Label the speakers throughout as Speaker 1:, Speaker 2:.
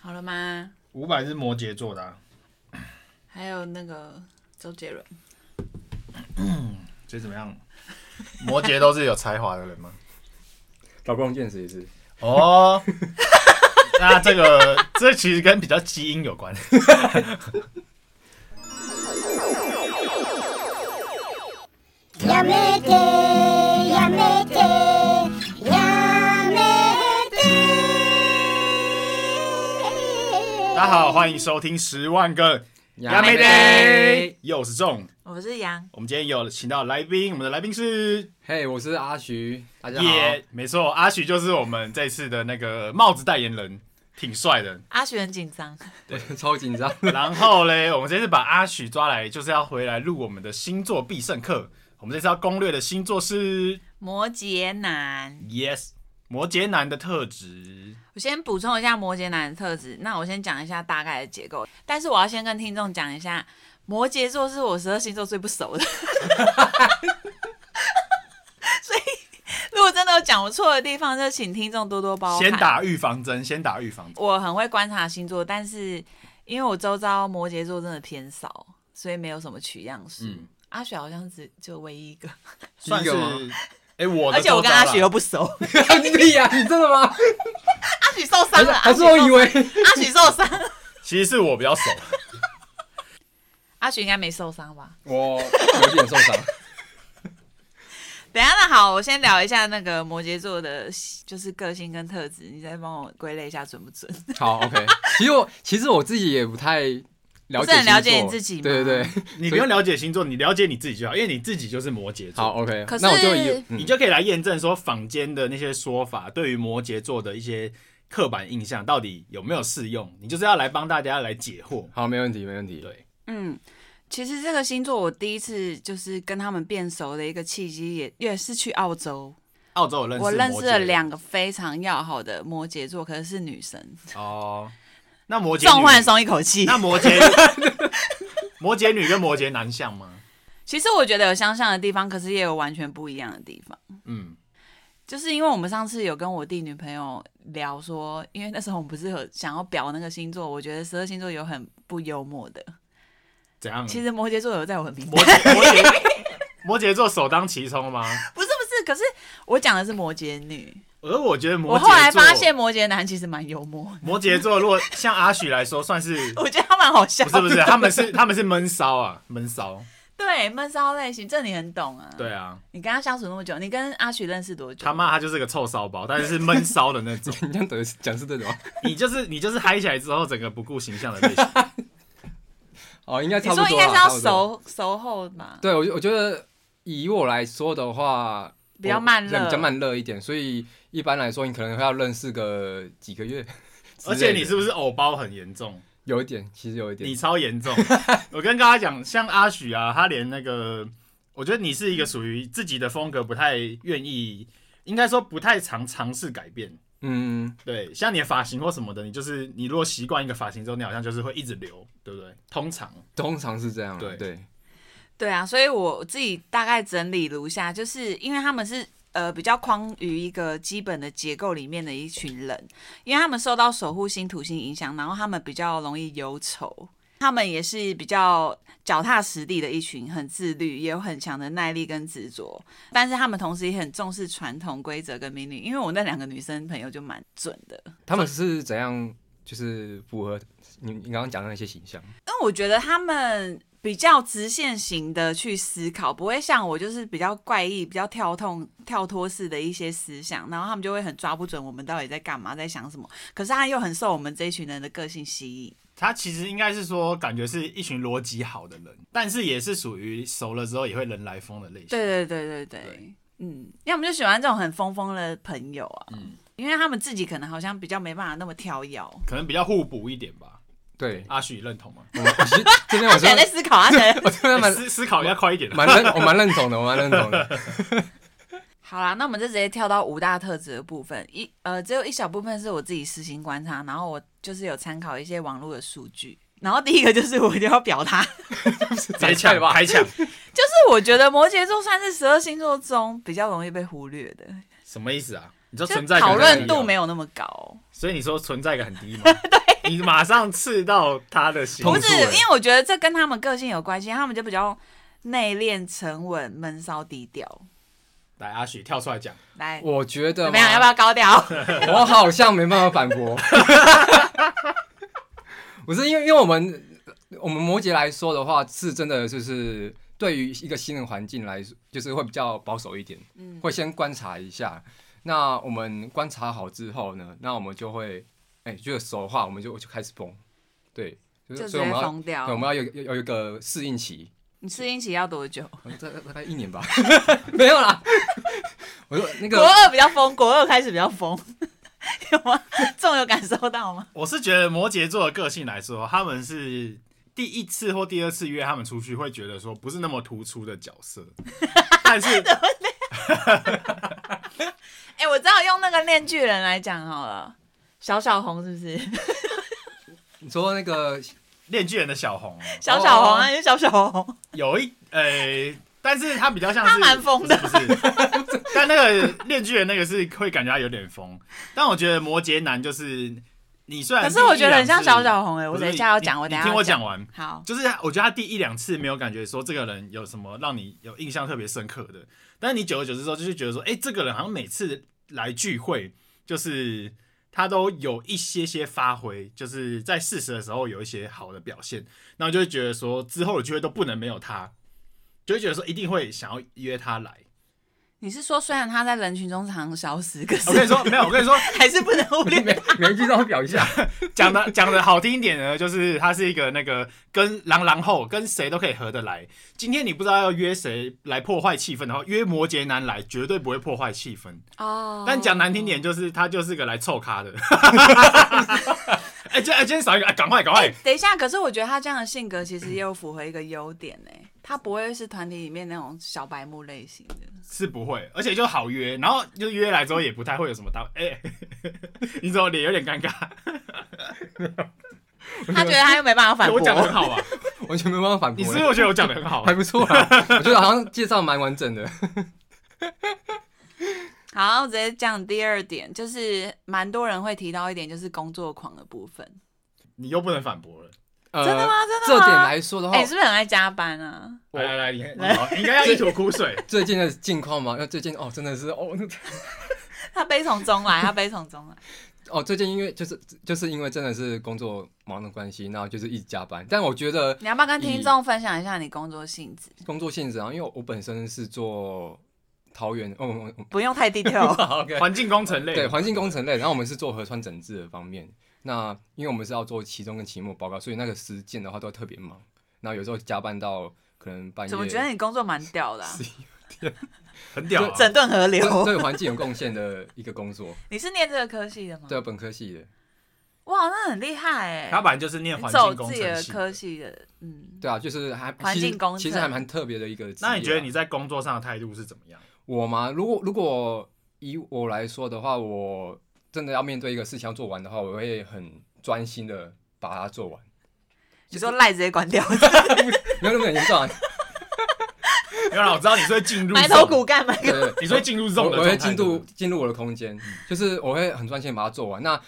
Speaker 1: 好了吗？
Speaker 2: 伍佰是摩羯座的、啊，
Speaker 1: 还有那个周杰伦，
Speaker 2: 所以怎么 样？
Speaker 3: 摩羯都是有才华的人吗？
Speaker 4: 老公见识也是，
Speaker 3: 哦， 那这个这其实跟比较基因有 关。
Speaker 5: やめてやめてやめて
Speaker 3: 大家好，欢迎收听《十万个
Speaker 4: 亚美
Speaker 3: 得》，又是中。
Speaker 1: 我是羊，
Speaker 3: 我们今天有请到来宾，我们的来宾是
Speaker 4: 嘿我是阿徐，大家好。
Speaker 3: 也没错，阿许就是我们这次的那个帽子代言人，挺帅的。
Speaker 1: 阿雪很紧张，
Speaker 4: 我超紧张，
Speaker 3: 然后嘞， 我们这次把阿许抓来，就是要回来录我们的星座必胜课。我们这次要攻略的星座是
Speaker 1: 摩羯男。
Speaker 3: Yes 摩羯男的特质。
Speaker 1: 我先补充一下摩羯男的特质，那我先讲一下大概的结构，但是我要先跟听众讲一下，摩羯座是我十二星座最不熟的， 所以如果真的有讲错的地方，就请听众多多包涵。
Speaker 3: 先打预防针，先打预防针。
Speaker 1: 我很会观察星座，但是因为我周遭摩羯座真的偏少，所以没有什么取样数。
Speaker 3: 嗯
Speaker 1: 阿雪好像只就唯一一个，
Speaker 3: 算是
Speaker 4: 第一个 吗
Speaker 3: 哎、我的
Speaker 1: 而且我跟
Speaker 3: 周
Speaker 1: 阿
Speaker 3: 遭啦
Speaker 1: 雪又不 熟。阿
Speaker 4: 屁呀，你真的吗？
Speaker 1: 雪受伤了，
Speaker 4: 还是我以为
Speaker 1: 阿雪受伤，
Speaker 3: 其实是我比较熟。
Speaker 1: 阿雪应该没受伤吧？
Speaker 4: 我有点受伤。
Speaker 1: 等一下，那好，我先聊一下那个摩羯座的，就是个性跟特质，你再帮我归类一下准不准？
Speaker 4: 好，OK。其实我其实我自己也不太了
Speaker 1: 不
Speaker 4: 解
Speaker 1: 是很了解
Speaker 4: 星座
Speaker 1: 你自己吗
Speaker 4: 对对对，
Speaker 3: 你不用了解星座，你了解你自己就好，因为你自己就是摩羯座。
Speaker 4: 好 OK
Speaker 1: 可。是
Speaker 4: 那我就有
Speaker 3: 你
Speaker 4: 嗯
Speaker 3: 就可以来验证说坊间的那些说法对于摩羯座的一些刻板印象到底有没有适用，你就是要来帮大家来解惑。
Speaker 4: 好，没问题，没问题。
Speaker 3: 对
Speaker 1: 嗯，其实这个星座我第一次就是跟他们变熟的一个契机，也也是去澳洲，
Speaker 3: 澳洲有认识
Speaker 1: 我认识
Speaker 3: 摩羯
Speaker 1: 了两个非常要好的摩羯座，可是是女生，
Speaker 3: 哦，那摩羯女
Speaker 1: 重换松一口气。
Speaker 3: 那摩羯 摩羯女跟摩羯男像吗？
Speaker 1: 其实我觉得有相像的地方，可是也有完全不一样的地方。
Speaker 3: 嗯，
Speaker 1: 就是因为我们上次有跟我弟女朋友聊说，因为那时候我们不是有想要表那个星座，我觉得十二星座有很不幽默的。
Speaker 3: 怎样？
Speaker 1: 其实摩羯座有在我的名
Speaker 3: 摩羯摩羯摩羯座首当其冲吗？
Speaker 1: 不是不是，可是我讲的是摩羯女。
Speaker 3: 而我觉得摩
Speaker 1: 我
Speaker 3: 羯座，
Speaker 1: 后来发现摩羯男其实蛮幽默，
Speaker 3: 摩羯座如果像阿许来 说，算是
Speaker 1: 我觉得他蛮好笑
Speaker 3: 不是
Speaker 1: 的。
Speaker 3: 不是，他们是他们是闷骚啊，闷骚。
Speaker 1: 对闷骚类型，这你很懂啊。，
Speaker 3: 对啊，
Speaker 1: 你跟他相处那么久，你跟阿许认识多久？
Speaker 3: 他妈他就是个臭骚包，但是是闷骚的那 种。
Speaker 4: 你这样等于讲是对的吗？
Speaker 3: 你就是你就是嗨起来之后，整个不顾形象的 类型。
Speaker 4: 哦，应该
Speaker 1: 你
Speaker 4: 差不多
Speaker 1: 说
Speaker 4: 啦。
Speaker 1: 应该是要
Speaker 4: 差不多。
Speaker 1: 熟熟后嘛，
Speaker 4: 对，我觉我觉得以我来说的话，
Speaker 1: 比较
Speaker 4: 我
Speaker 1: 慢热，
Speaker 4: 哦比较慢热一点，所以一般来说你可能要认识个几个月 之类的。
Speaker 3: 而且你是不是偶包很严重？
Speaker 4: 有一点，其实有一点
Speaker 3: 你。超 严重。我跟大家讲，像阿许啊，他连那个，我觉得你是一个属于自己的风格不太愿意，应该说不太常尝试改变。
Speaker 4: 嗯，
Speaker 3: 对，像你的发型或什么的，你就是你如果习惯一个发型之后，你好像就是会一直留，对不对？通常
Speaker 4: 通常是这样啊。
Speaker 3: 对
Speaker 4: 对，
Speaker 1: 对啊，所以我自己大概整理如下，就是因为他们是呃比较框于一个基本的结构里面的一群人，因为他们受到守护星土星影响，然后他们比较容易忧愁，他们也是比较脚踏实地的一群，很自律，也有很强的耐力跟执着，但是他们同时也很重视传统规则跟命令。因为我那两个女生朋友就蛮准的，
Speaker 4: 他们是怎样就是符合你你刚刚讲的那些形象？
Speaker 1: 因为我觉得他们比较直线型的去思考，不会像我就是比较怪异、比较跳痛、跳脱式的一些思想，然后他们就会很抓不准我们到底在干嘛、在想什么。可是他又很受我们这一群人的个性吸引。
Speaker 3: 他其实应该是说，感觉是一群逻辑好的人，但是也是属于熟了之后也会人来疯的类型。
Speaker 1: 对对对对对，
Speaker 3: 对
Speaker 1: 嗯，要么就喜欢这种很疯疯的朋友啊，因为他们自己可能好像比较没办法那么跳摇。
Speaker 3: 可能比较互补一点吧。
Speaker 4: 对，
Speaker 3: 阿许认同吗？哎
Speaker 4: 我我其实这边
Speaker 1: 他
Speaker 4: 我
Speaker 1: 可能
Speaker 4: 真
Speaker 1: 哎在
Speaker 4: 的
Speaker 1: 思考，他可能
Speaker 4: 我真的蛮
Speaker 3: 思思考一下，快一点。啊
Speaker 4: 蛮认我蛮认同的，我蛮认同 的。
Speaker 1: 好啦，那我们就直接跳到五大特质的部分，一呃只有一小部分是我自己私心观察，然后我就是有参考一些网络的数据。然后第一个就是我就要表达，就
Speaker 3: 直接抢吧，开抢。
Speaker 1: 是我觉得摩羯座算是十二星座中比较容易被忽略的，
Speaker 3: 什么意思啊？你说
Speaker 1: 就
Speaker 3: 存在感哦
Speaker 4: 啊
Speaker 1: 讨论度没
Speaker 3: 有？
Speaker 1: 有那么高。
Speaker 3: 所以你说存在感很低吗？你马上刺到他的心。
Speaker 4: 痛
Speaker 1: 不
Speaker 4: 处
Speaker 1: 是，
Speaker 4: 欸
Speaker 1: 因为我觉得这跟他们个性有关系，他们就比较内敛、沉稳、闷骚、低调。
Speaker 3: 来，阿许跳出来讲，
Speaker 1: 来，
Speaker 4: 我觉得
Speaker 1: 怎么样？要不
Speaker 4: 要？
Speaker 1: 要高调？
Speaker 4: 我好像没办法反驳。 不是因为，因为我们我们摩羯来说的话，是真的就是对于一个新的环境来说，就是会比较保守一点，
Speaker 1: 嗯
Speaker 4: 会先观察一下。那我们观察好之后呢，那我们就会，哎、就是熟的话，我们就就开始崩，对，就
Speaker 1: 就直
Speaker 4: 是所以我
Speaker 1: 接
Speaker 4: 们要
Speaker 1: 疯
Speaker 4: 对，我
Speaker 1: 掉。
Speaker 4: 们要有有有一个适应期，
Speaker 1: 你适应期要多久？
Speaker 4: 呃大大概一年吧， 没有啦。我说那
Speaker 1: 国
Speaker 4: 个
Speaker 1: 二比较疯，国二开始比较疯， 有吗？这种有感受到吗？
Speaker 3: 我是觉得摩羯座的个性来说，他们是第一次或第二次约他们出去，会觉得说不是那么突出的角 色，但是
Speaker 1: 哎、我知道用那个链巨人来讲好了，小小红是不是？
Speaker 4: 你说那个
Speaker 3: 恋巨人的小红哦
Speaker 1: 小小红啊，你是小小红，
Speaker 3: 有一呃，但是他比较像是
Speaker 1: 他蛮疯的
Speaker 3: 不是？不是但那个恋巨人那个是会感觉他有点疯，但我觉得摩羯男就是你虽然
Speaker 1: 可是我觉得很像小
Speaker 3: 小
Speaker 1: 小红哎、我
Speaker 3: 不是
Speaker 1: 等一下要
Speaker 3: 你
Speaker 1: 讲，我
Speaker 3: 你
Speaker 1: 等一下
Speaker 3: 听
Speaker 1: 要
Speaker 3: 我讲完。
Speaker 1: 好，
Speaker 3: 就是我觉得他第一两次没有感觉说这个人有什么让你有印象特别深刻的，但是你久而久之之后就是觉得说，哎、这个人好像每次来聚会，就是他都有一些些发挥，就是在适时的时候有一些好的表现，然后就会觉得说之后的聚会都不能没有他，就会觉得说一定会想要约他来。
Speaker 1: 你是说虽然他在人群中常消失，可是
Speaker 3: 我跟你说，没有，我跟你说，
Speaker 1: 还是不能忽略
Speaker 4: 每每一句都要表一下，
Speaker 3: 讲的 讲的好听一点呢，就是他是一个那个跟狼狼后跟谁都可以合得来。今天你不知道要约谁来破坏气氛的话，约摩羯男来绝对不会破坏气氛。
Speaker 1: 哦。
Speaker 3: 但讲难听点，就是他就是个来凑咖的。 哎、今哎今天少一个，哎赶、快赶快！
Speaker 1: 等一下，可是我觉得他这样的性格其实也有符合一个优点呢、他不会是团体里面那种小白目类型的。
Speaker 3: 是不会，而且就好约，然后就约来之后也不太会有什么大哎、 你怎么脸有点尴尬？
Speaker 1: 他觉得他又没办法反
Speaker 3: 我讲的很
Speaker 1: 驳，
Speaker 3: 好吧？啊
Speaker 4: 完全没办法反
Speaker 3: 你
Speaker 4: 驳
Speaker 3: 是不是
Speaker 4: 欸，
Speaker 3: 我觉得我讲的很好？啊
Speaker 4: 还不错啦，我觉得好像介绍蛮完整的。
Speaker 1: 好，我直接讲第二点，就是蛮多人会提到一点，就是工作狂的部分。
Speaker 3: 你又不能反驳了。
Speaker 4: 呃
Speaker 1: 真的吗？真的吗？
Speaker 4: 这点来说的话
Speaker 1: 哎、，你是不是很爱加班啊？
Speaker 3: 来来来，你好你应该要一吐苦 水。
Speaker 4: 最近的近况嘛，那最近哦，真的是哦
Speaker 1: 他悲从中来，他悲从中来。
Speaker 4: 哦，最近因为就是就是因为真的是工作忙的关系，然后就是一直加班。但我觉得
Speaker 1: 你要不要跟听众分享一下你工作性质？
Speaker 4: 工作性质啊，因为我本身是做桃园，哦，我
Speaker 3: 嗯
Speaker 4: 我
Speaker 1: 不用太 detail。
Speaker 4: 好 OK，
Speaker 3: 环境工程类，
Speaker 4: 对环境工程类，然后我们是做河川整治的方面。那因为我们是要做期中跟期末报告，所以那个时间的话都特别忙，然后有时候加班到可能
Speaker 3: 哎
Speaker 4: 半夜。
Speaker 1: 怎么觉得你工作蛮屌的、啊？
Speaker 3: 很屌、啊。
Speaker 1: 整顿河
Speaker 4: 对
Speaker 1: 流。
Speaker 4: 对环境有贡献的一个 工作，
Speaker 1: 你是念这个科系的吗？
Speaker 4: 对。本科系的，
Speaker 1: 哇，那很厉害哎、
Speaker 3: 他本来就是念
Speaker 1: 你
Speaker 3: 环
Speaker 1: 走
Speaker 3: 境工
Speaker 1: 自己的
Speaker 3: 程系。
Speaker 1: 科系的，嗯，
Speaker 4: 对啊，就是还
Speaker 1: 环
Speaker 4: 其实
Speaker 1: 境工
Speaker 4: 其实
Speaker 1: 程
Speaker 4: 还蛮特别的一个职业啊。
Speaker 3: 那你觉得你在工作上的态度是怎么样？
Speaker 4: 我吗？如果如果以我来说的话，我真的要面对一个事情要做完的话，我会很专心的把它 做完，
Speaker 1: 你说赖直接 关掉，
Speaker 4: 没有那么严 重啊。
Speaker 3: 没有啦，我知道你是会进入
Speaker 1: 埋头苦，干，埋
Speaker 4: 对对对
Speaker 3: 你是会进入这
Speaker 4: 我
Speaker 3: 种的
Speaker 4: 我会
Speaker 3: 状态
Speaker 4: 进
Speaker 3: 对
Speaker 4: 入
Speaker 3: 不对
Speaker 4: 进入我的空间，就是我会很专心地把它做完。那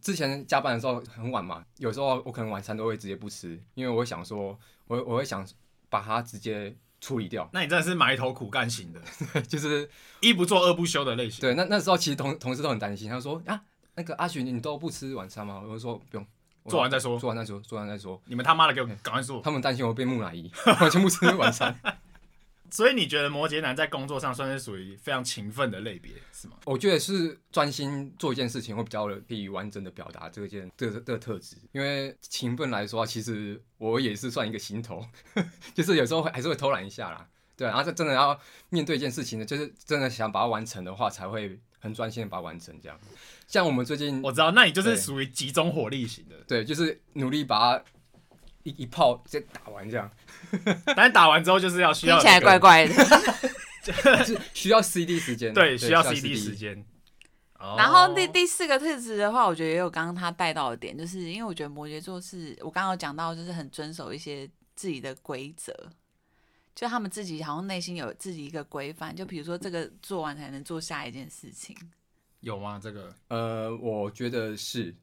Speaker 4: 之前加班的时候很晚嘛，有时候我可能晚餐都会直接不吃，因为我会想说，我会我会想把它直接处理掉，
Speaker 3: 那你真的是埋头苦干型的，
Speaker 4: 就是
Speaker 3: 一不做二不休的类型。
Speaker 4: 对，那那时候其实同同事都很担心，他说啊，那个阿许你都不吃晚餐吗？我就说不用，我
Speaker 3: 做完再说
Speaker 4: 做完再说，做完再说。
Speaker 3: 你们他妈的给我赶快做！
Speaker 4: 他们担心我变木乃伊，我全部吃晚餐。
Speaker 3: 所以你觉得摩羯男在工作上算是属于非常勤奋的类别，是吗？
Speaker 4: 我觉得是专心做一件事情会比较可以完整的表达这件这个这个特质，因为勤奋来说啊，其实我也是算一个行头， 就是有时候会还是会偷懒一下啦。对，啊然后这真的要面对一件事情呢，就是真的想把它完成的话，才会很专心的把它完成。这样，像我们最近
Speaker 3: 我知道，那你就是
Speaker 4: 对
Speaker 3: 属于集中火力型的，
Speaker 4: 对，就是努力把它一一炮直接打完，这样
Speaker 3: 但是打完之后就是 要需
Speaker 1: 听
Speaker 3: 要
Speaker 1: 起来怪怪的。
Speaker 4: 是需要 CD 时间，啊
Speaker 3: 对，需要
Speaker 4: CD
Speaker 3: CD 时。间。哦
Speaker 1: 然后第第四个特质的话，我觉得也有刚刚他带到的点，就是因为我觉得摩羯座是我刚刚有讲到，就是很遵守一些自己的规则，就他们自己好像内心有自己一个规范，就比如说这个做完才能做下一件事情。
Speaker 3: 有吗？这个
Speaker 4: 呃，我觉得是，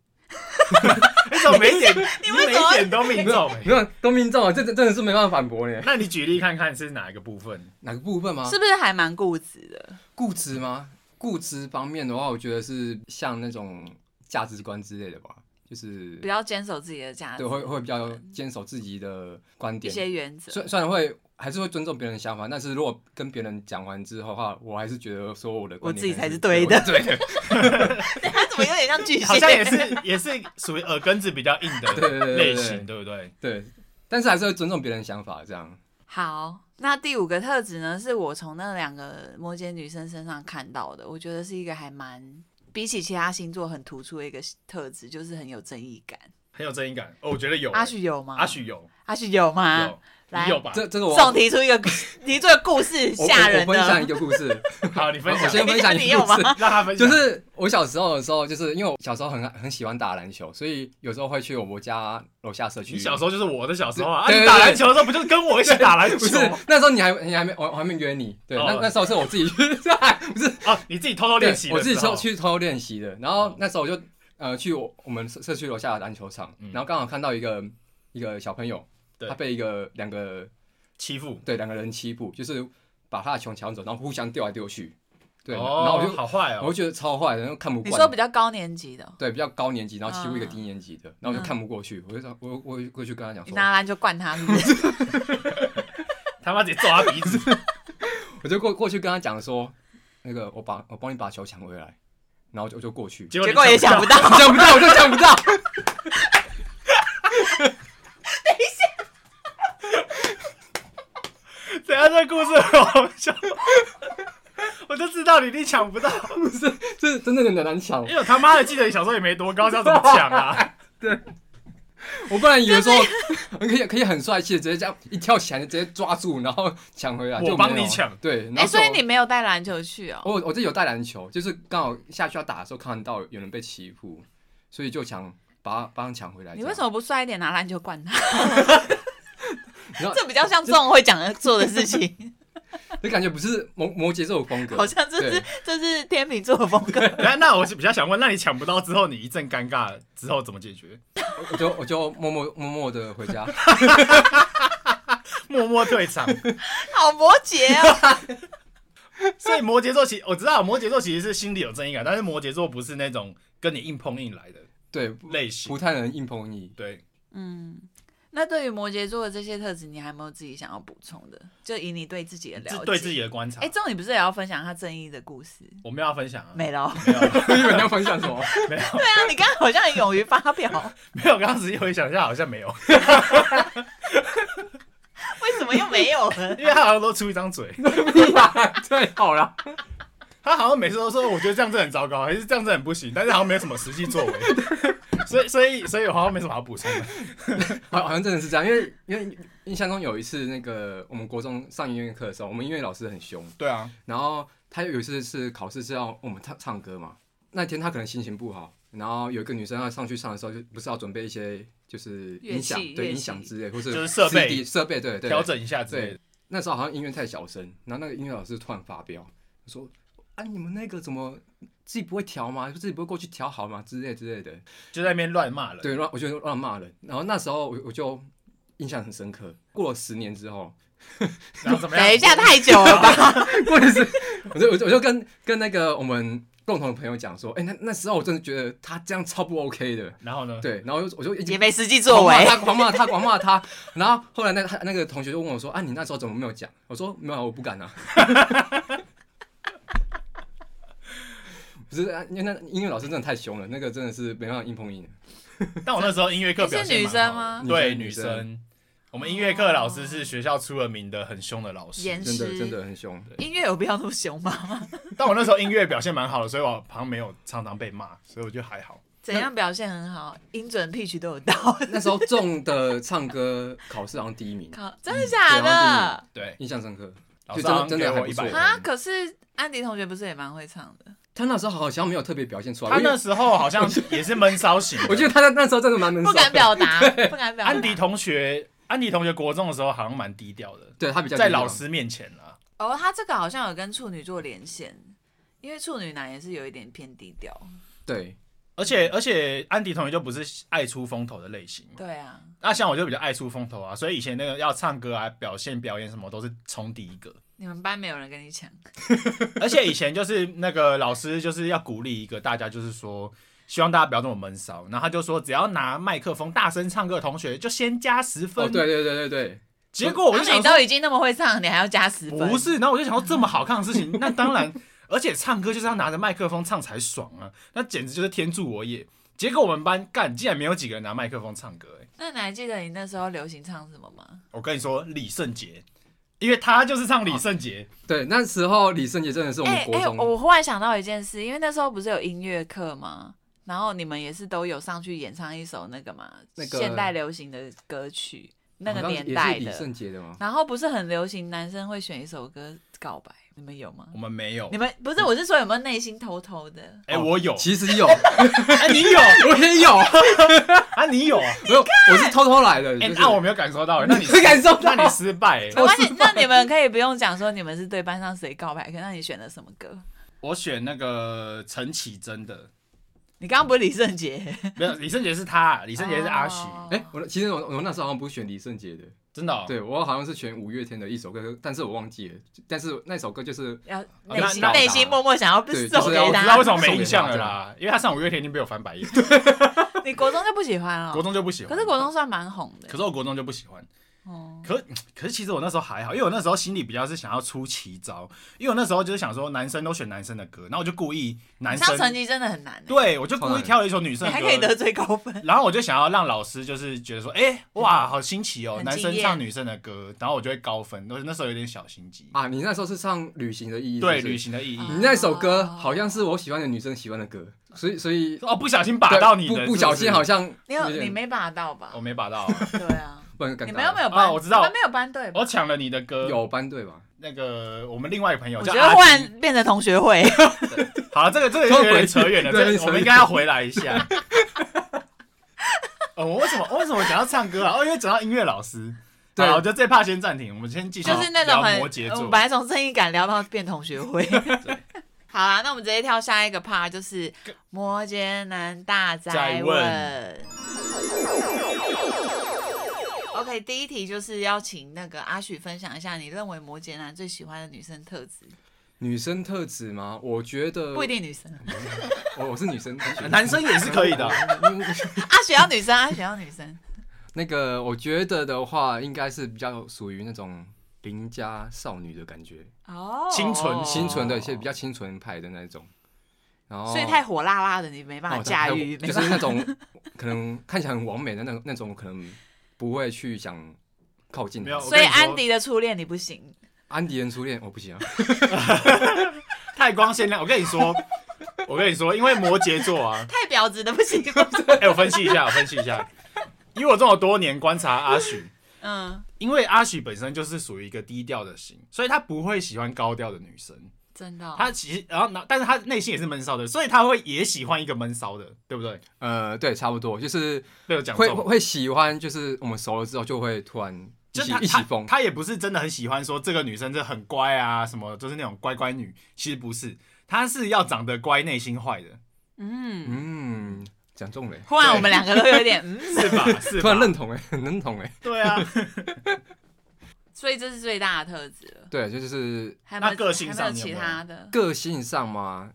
Speaker 3: 哎，怎么每一点你
Speaker 1: 为
Speaker 3: 每
Speaker 1: 什么
Speaker 3: 一点都命中？欸
Speaker 4: 没有都命中啊，这这真的是没办法反驳呢。
Speaker 3: 那你举例看看是哪一个部分？
Speaker 4: 哪个部分吗？
Speaker 1: 是不是还蛮固执的？
Speaker 4: 固执吗？固执方面的话，我觉得是像那种价值观之类的吧，就是
Speaker 1: 比较坚守自己的价值
Speaker 4: 对，会会比较坚守自己的观
Speaker 1: 一
Speaker 4: 点，
Speaker 1: 些原则。
Speaker 4: 虽虽然会还是会尊重别人的想法，但是如果跟别人讲完之后的话，我还是觉得说我的观
Speaker 1: 我
Speaker 4: 点
Speaker 1: 自己
Speaker 4: 哦还
Speaker 1: 才是对的
Speaker 4: 我对 的，
Speaker 1: 他怎么有点像巨蟹？
Speaker 3: 好像也是也是属于耳根子比较硬
Speaker 4: 对对对
Speaker 3: 的
Speaker 4: 对
Speaker 3: 类型，对不对？
Speaker 4: 对，但是还是会尊重别人的想法，这样
Speaker 1: 好，那第五个特质呢，是我从那两个摩羯女生身上看到的，我觉得是一个还蛮比起其他星座很突出的一个特质，就是很有正义感。
Speaker 3: 很有正义感。哦，我觉得有。
Speaker 1: 阿许有吗？
Speaker 3: 阿，许有
Speaker 1: 阿许有吗
Speaker 3: 有？
Speaker 1: 来
Speaker 3: 你有吧？
Speaker 4: 这这个我
Speaker 1: 宋提出一个提出一个故 事，
Speaker 4: 我
Speaker 1: 吓人
Speaker 4: 我我分享一
Speaker 1: 的。
Speaker 4: 个故事，
Speaker 3: 好，你 分
Speaker 4: 我
Speaker 3: 享
Speaker 4: 先，分享一
Speaker 1: 你
Speaker 4: 个
Speaker 1: 有
Speaker 4: 故
Speaker 1: 吗
Speaker 4: 事。
Speaker 3: 让他分享。
Speaker 4: 就是我小时候的时候，就是因为我小时候很很喜欢打篮球，所以有时候会去我们家楼下社区。
Speaker 3: 你小时候就是我的小时候啊，啊
Speaker 4: 对对
Speaker 3: 你
Speaker 4: 对
Speaker 3: 打篮球的时候不就是跟我一起打篮球
Speaker 4: 不是 那时候你还你还没我我还没约你，对，那
Speaker 3: 哦
Speaker 4: 那时候是我自己去， 不是
Speaker 3: 啊？你自己偷偷练习
Speaker 4: 对我
Speaker 3: 的
Speaker 4: 自己
Speaker 3: 时候，
Speaker 4: 偷去偷练习的。然后那时候我就呃去我我们社社区楼下的篮球场，
Speaker 3: 嗯
Speaker 4: 然后刚好看到一个一个小朋友，
Speaker 3: 对
Speaker 4: 他被一个两个
Speaker 3: 欺负。
Speaker 4: 对两个人欺负，就是把他的球抢走，然后互相丢来丢去，对，
Speaker 3: 哦
Speaker 4: 然后我就
Speaker 3: 好坏
Speaker 4: 我就
Speaker 3: 哦，
Speaker 4: 觉得超坏的，然后看不
Speaker 1: 你
Speaker 4: 惯。
Speaker 1: 说比较高年级的哦，
Speaker 4: 对比较高年级，然后欺负一个
Speaker 1: 啊
Speaker 4: 低年级的，然后我就看不过去，我就说，我我我过去跟他讲
Speaker 1: 你
Speaker 4: 说，
Speaker 1: 拿篮球灌他是不是？
Speaker 3: 他妈直接揍他鼻 子。
Speaker 4: 我就过过去跟他讲说，那个我把我帮你把球抢回来，然后我就我就过去，
Speaker 3: 结果
Speaker 1: 结
Speaker 3: 你
Speaker 1: 果也想
Speaker 3: 抢
Speaker 1: 不
Speaker 3: 不
Speaker 1: 到。
Speaker 4: 抢不到我就抢不到，
Speaker 3: 到， 等一下这故事很好笑， 我就知道你一定抢不到，
Speaker 4: 不是，这真的很难抢
Speaker 3: 因。为我他妈的记得你小时候也没多高，要怎么抢啊？
Speaker 4: 我本来以为说 可以可以很帅气的直接这样一跳起来就直接抓住，然后抢回来，
Speaker 3: 我
Speaker 4: 就没有
Speaker 3: 帮你抢
Speaker 4: 对，然
Speaker 1: 哎，
Speaker 4: 后
Speaker 1: 所以
Speaker 4: 就
Speaker 1: 你没有带篮球去哦？
Speaker 4: 我我这有带篮球，就是刚好下去要打的时候看到有人被欺负，所以就抢把他帮他抢回来。
Speaker 1: 你为什么不帅一点拿篮球灌他？
Speaker 4: 然后
Speaker 1: 这比较像宋会讲的做的 事情，
Speaker 4: 这感觉不是摩摩羯这种风格？
Speaker 1: 好像这是
Speaker 4: 对
Speaker 1: 这是天秤座的风格。
Speaker 3: 等一下 那我是比较想问，那你抢不到之后，你一阵尴尬之后怎么解决？
Speaker 4: 我就我就默默默默的回 家。
Speaker 3: 默默退场。
Speaker 1: 好摩羯 哦，
Speaker 3: 所以摩羯座其我知道摩羯座其实是心里有正义感，但是摩羯座不是那种跟你硬碰硬来的
Speaker 4: 对，不
Speaker 3: 类型
Speaker 4: 不。太能硬碰硬。
Speaker 3: 对，
Speaker 1: 嗯。那对于摩羯座的这些特质，你还有没有自己想要补充的？就以你对自己的了
Speaker 3: 是
Speaker 1: 解，
Speaker 3: 对自己的观察。
Speaker 1: 哎、这种你不是也要分享他正义的故事？
Speaker 3: 我们要分享啊，
Speaker 1: 没了哦。
Speaker 3: 没有
Speaker 4: 我以为你要分享什么？
Speaker 3: 没有
Speaker 1: 对啊，你刚刚好像很勇于发表，
Speaker 3: 没有，刚刚仔细回想一下，好像没有，
Speaker 1: 为什么又没有 了？
Speaker 3: 因为他好像都出一张嘴，
Speaker 4: 对，好了，
Speaker 3: 他好像每次都说我觉得这样子很糟糕，还是这样子很不行，但是好像没有什么实际作为，所以所以所以我好像没什么好补充的。
Speaker 4: 好，好像真的是这样，因为因为印象中有一次，那个我们国中上音乐课的时候，我们音乐老师很凶，
Speaker 3: 对啊，
Speaker 4: 然后他有一次是考试是要我们唱唱歌嘛，那天他可能心情不好，然后有一个女生要上去唱的时候，就不是要准备一些就是音响
Speaker 1: 乐器
Speaker 4: 对
Speaker 1: 乐器
Speaker 4: 音响之类，或是
Speaker 3: 就是设备
Speaker 4: CD 设备对对对
Speaker 3: 调整一下之类
Speaker 4: 对
Speaker 3: 的。，
Speaker 4: 那时候好像音乐太小声，然后那个音乐老师突然发飙，他说：“啊，你们那个怎么自己不会调吗？自己不会过去调好吗？之类之类的。”
Speaker 3: 就在那边乱骂人。
Speaker 4: 对，乱我就乱骂人。然后那时候我我就印象很深刻。过了十年之后，
Speaker 3: 然后怎么样？
Speaker 1: 等一下，太久了吧？
Speaker 4: 过了十，我就我就我就跟跟那个我们共同的朋友讲说，哎、那那时候我真的觉得他这样超不 OK 的。
Speaker 3: 然后呢？
Speaker 4: 对，然后我就我就一直
Speaker 1: 也没实际
Speaker 4: 狂
Speaker 1: 作
Speaker 4: 骂
Speaker 1: 为，
Speaker 4: 他，狂骂他，狂骂他。然后后来那个他那个同学就问我说，啊，你那时候怎么没有讲？我说没有啊，我不敢啊。不是，啊，因为那音乐老师真的太凶了，那个真的是没办法硬碰硬的。
Speaker 3: 但我那时候音乐课表现
Speaker 1: 你是女生吗
Speaker 3: 蛮好的对，
Speaker 4: 女
Speaker 3: 女
Speaker 4: 生
Speaker 3: 生。我们音乐课老师是学校出了名的很凶的老师，
Speaker 1: 严
Speaker 4: 真的
Speaker 1: 师
Speaker 4: 真的很凶。
Speaker 1: 音乐有必要那么凶吗？
Speaker 3: 但我那时候音乐表现蛮好的，所以我好像没有常常被骂，所以我觉得还好。
Speaker 1: 怎样表现很好，音准 pitch 都有到，
Speaker 4: 那时候中的唱歌考试好像第一 名，
Speaker 1: 靠，真的假
Speaker 4: 对然
Speaker 1: 的？
Speaker 3: 对，
Speaker 4: 印象深刻。
Speaker 3: 老
Speaker 4: 就
Speaker 3: 师
Speaker 4: 真的
Speaker 3: 好像
Speaker 4: 真的
Speaker 3: 给
Speaker 4: 还
Speaker 3: 我
Speaker 4: 不
Speaker 3: 一百
Speaker 4: 错
Speaker 3: 分。
Speaker 1: 啊，可是安迪同学不是也蛮会唱的？
Speaker 4: 他那时候好像没有特别表现出来，
Speaker 3: 他
Speaker 4: 我觉
Speaker 3: 那
Speaker 4: 得，
Speaker 3: 时候好像也是闷骚型的
Speaker 4: 我觉得他在那时候真的蛮能
Speaker 1: 不敢表 达，不敢表达。
Speaker 3: 安迪同学，安迪同学国中的时候好像蛮低调的，
Speaker 4: 对他比较
Speaker 3: 在
Speaker 4: 低调
Speaker 3: 老师面前啦。
Speaker 1: 哦，他这个好像有跟处女座连线，因为处女男也是有一点偏低调。
Speaker 4: 对，
Speaker 3: 而且而且安迪同学就不是爱出风头的类型嘛，
Speaker 1: 对啊，
Speaker 3: 那像我就比较爱出风头啊，所以以前那个要唱歌啊、表现、表演什么都是冲第一个，
Speaker 1: 你们班没有人跟你抢，
Speaker 3: 而且以前就是那个老师就是要鼓励一个大家，就是说希望大家不要这么闷骚，然后他就说只要拿麦克风大声唱歌的同学就先加十分，
Speaker 4: 哦，对对对对对，
Speaker 3: 结
Speaker 4: 哦
Speaker 3: 果我就
Speaker 1: 然后
Speaker 3: 想
Speaker 1: 你
Speaker 3: 说
Speaker 1: 都已经那么会唱，你还要加十分？
Speaker 3: 不是，然后我就想说这么好看的事情，那当然，而且唱歌就是要拿着麦克风唱才爽啊，那简直就是天助我也。结果我们班干竟然没有几个人拿麦克风唱歌、欸，
Speaker 1: 那你还记得你那时候流行唱什么吗？
Speaker 3: 我跟你说李圣杰，因为他就是唱李圣杰，
Speaker 4: 对，那时候李圣杰真的是我们
Speaker 1: 哎
Speaker 4: 国
Speaker 1: 哎、
Speaker 4: 中，
Speaker 1: 我忽然想到一件事，因为那时候不是有音乐课吗？然后你们也是都有上去演唱一首那个嘛，
Speaker 4: 那个
Speaker 1: 现代流行的歌曲，那个
Speaker 4: 好像
Speaker 1: 年代
Speaker 4: 也是李
Speaker 1: 的。
Speaker 4: 圣杰的吗？
Speaker 1: 然后不是很流行，男生会选一首歌告白，你们有吗
Speaker 3: 我？们没有
Speaker 1: 你，们不是，我是说有没有内心偷偷 的？
Speaker 3: 哎、我有，
Speaker 4: 其实 有，
Speaker 3: 哎、你有
Speaker 4: 我也
Speaker 3: Oh
Speaker 4: 有，
Speaker 3: 啊，你有，
Speaker 4: 没有，我是偷偷来的。
Speaker 3: 哎、
Speaker 4: 就是
Speaker 3: 那我没有感受到、欸，那你
Speaker 4: 没感受到
Speaker 3: 那你失败、欸
Speaker 1: 没关系，那你们可以不用讲说你们是对班上谁告白，可那你选了什么歌？
Speaker 3: 我选那个陈绮贞的，
Speaker 1: 你刚刚不是李圣杰？
Speaker 3: 没有，李圣杰是他，李
Speaker 1: 李
Speaker 3: 圣杰是阿喜，
Speaker 1: 哦
Speaker 4: 哎，我其实我我那时候好像不是选李圣杰的，
Speaker 3: 真的、哦，
Speaker 4: 对我好像是选五月天的一首歌，但是我忘记了，但是那首歌就是
Speaker 1: 要
Speaker 3: 那
Speaker 1: 内心
Speaker 3: 那我
Speaker 1: 内心默默想要
Speaker 4: 对
Speaker 1: 送
Speaker 4: 就是要
Speaker 1: 给
Speaker 3: 我知道
Speaker 1: 他
Speaker 3: 为什。么没印象了啦，因为他上五月天已经被我翻白眼，
Speaker 1: 你国中就不喜欢了，
Speaker 3: 国中就不喜欢。
Speaker 1: 哦可是国中算蛮红的。
Speaker 3: 可是我国中就不喜欢。
Speaker 1: 哦，
Speaker 3: 可可是其实我那时候还好，因为我那时候心里比较是想要出奇招，因为我那时候就是想说男生都选男生的歌，然后我就故意男
Speaker 1: 上成
Speaker 3: 生，
Speaker 1: 绩真的很难欸，
Speaker 3: 对啊我就故意挑了一首女
Speaker 1: 你
Speaker 3: 生
Speaker 1: 还
Speaker 3: 的
Speaker 1: 可以
Speaker 3: 歌
Speaker 1: 得。最高分。
Speaker 3: 然后我就想要让老师就是觉得说，哎、哇，好新奇哦，
Speaker 1: 很
Speaker 3: 男
Speaker 1: 惊艳
Speaker 3: 生唱女生的歌，然后我就会高分。我那时候有点小心机，
Speaker 4: 啊，你那时候是唱《旅行的意义》，
Speaker 3: 对
Speaker 4: 是不是
Speaker 3: 旅。行的意义，
Speaker 4: 你那首歌好像是我喜欢的女生喜欢的歌，所以所以
Speaker 3: 哦，不小心把到你的，是
Speaker 4: 对不
Speaker 3: 不
Speaker 4: 不小心
Speaker 3: 是
Speaker 4: 好像
Speaker 1: 你有
Speaker 4: 点
Speaker 1: 你没把到吧
Speaker 3: 我？没把 到啊、
Speaker 1: 对啊，
Speaker 4: 不然尴尬
Speaker 1: 你们又没有班，
Speaker 3: 啊我知道哦
Speaker 1: 你们没有班队吧。
Speaker 3: 我抢了你的歌。
Speaker 4: 有班队吧？
Speaker 3: 那个我们啊另外一个朋友
Speaker 1: 我
Speaker 3: 叫
Speaker 1: 觉
Speaker 3: 阿
Speaker 1: 得
Speaker 3: 迪
Speaker 1: 忽然变成同学会，
Speaker 3: 好了，这个这个有点扯远了，
Speaker 4: 对
Speaker 3: 这个
Speaker 4: 扯远
Speaker 3: 我们应该要回来一下。 哦，我为什么我为什么讲到唱歌啊？哦，因为讲到音乐老师。
Speaker 4: 对
Speaker 3: 对，我觉得这怕先暂停，我们先继续
Speaker 1: 就是那种
Speaker 3: 聊
Speaker 1: 很，
Speaker 3: 摩羯
Speaker 1: 我
Speaker 3: 座
Speaker 1: 们本。来从正义感聊到变同学会。 好啦，那我们直接跳下一个 part，就是摩羯男大灾
Speaker 3: 再
Speaker 1: 问。OK，第一题就是要请那个阿许分享一下，你认为摩羯男最喜欢的女生特质，
Speaker 4: 女生特质吗？我觉得
Speaker 3: 呃
Speaker 1: 不一，定女生，啊
Speaker 4: 我我是女生，
Speaker 3: 男生也是可以 的，
Speaker 1: 阿许要女生，阿许要女生，
Speaker 4: 那个我觉得的话，应该是比较属于那种邻家少女的感觉，
Speaker 1: 哦，
Speaker 3: 清纯哦
Speaker 4: 清纯的，一些比
Speaker 1: 较，
Speaker 4: 较清纯派的那种。然后，
Speaker 1: 所以太火辣辣的你没办法
Speaker 4: 哦
Speaker 1: 驾
Speaker 4: 太
Speaker 1: 驭，
Speaker 4: 就
Speaker 1: 没
Speaker 4: 是
Speaker 1: 办
Speaker 4: 那
Speaker 1: 法。
Speaker 4: 种可能看起来很完美的那种那种，可能不会去想靠近
Speaker 3: 没有
Speaker 4: 的。
Speaker 3: 我
Speaker 1: 所以
Speaker 3: 跟你说
Speaker 1: 安迪的初恋你不行，
Speaker 4: 安迪人初恋，我不行啊，
Speaker 3: 太光鲜亮。我跟你 说，我跟你说，因为摩羯座啊，
Speaker 1: 太婊子的不 行。
Speaker 3: 哎，我分析一下，我分析一下，以我这么多年观察阿许，
Speaker 1: 嗯，
Speaker 3: 因为阿许本身就是属于一个低调的型，所以他不会喜欢高调的女生。
Speaker 1: 真的哦、
Speaker 3: 他其实，然后，但是他内心也是闷骚的，所以他会也喜欢一个闷骚的，对不对？
Speaker 4: 呃，对，差不多，就是
Speaker 3: 被我讲中
Speaker 4: 会
Speaker 3: 了
Speaker 4: 会喜欢，就是我们熟了之后就会突然一
Speaker 3: 就是
Speaker 4: 起
Speaker 3: 他
Speaker 4: 一起疯。
Speaker 3: 他，他也不是真的很喜欢说这个女生这很乖啊，什么就是那种乖乖女，其实不是，她是要长得乖，内心坏的，
Speaker 1: 嗯。
Speaker 4: 嗯，讲中了欸，
Speaker 1: 忽然我们两个都有点嗯，
Speaker 3: 是 吧？是吧
Speaker 4: 突然认同哎，很认同哎。
Speaker 3: 对啊，
Speaker 1: 所以这是最大的特质了。
Speaker 4: 对，就是
Speaker 1: 还有没有
Speaker 3: 那个性上
Speaker 1: 还没有
Speaker 3: 你
Speaker 1: 其
Speaker 3: 有没有
Speaker 1: 他的？
Speaker 4: 个性上嘛，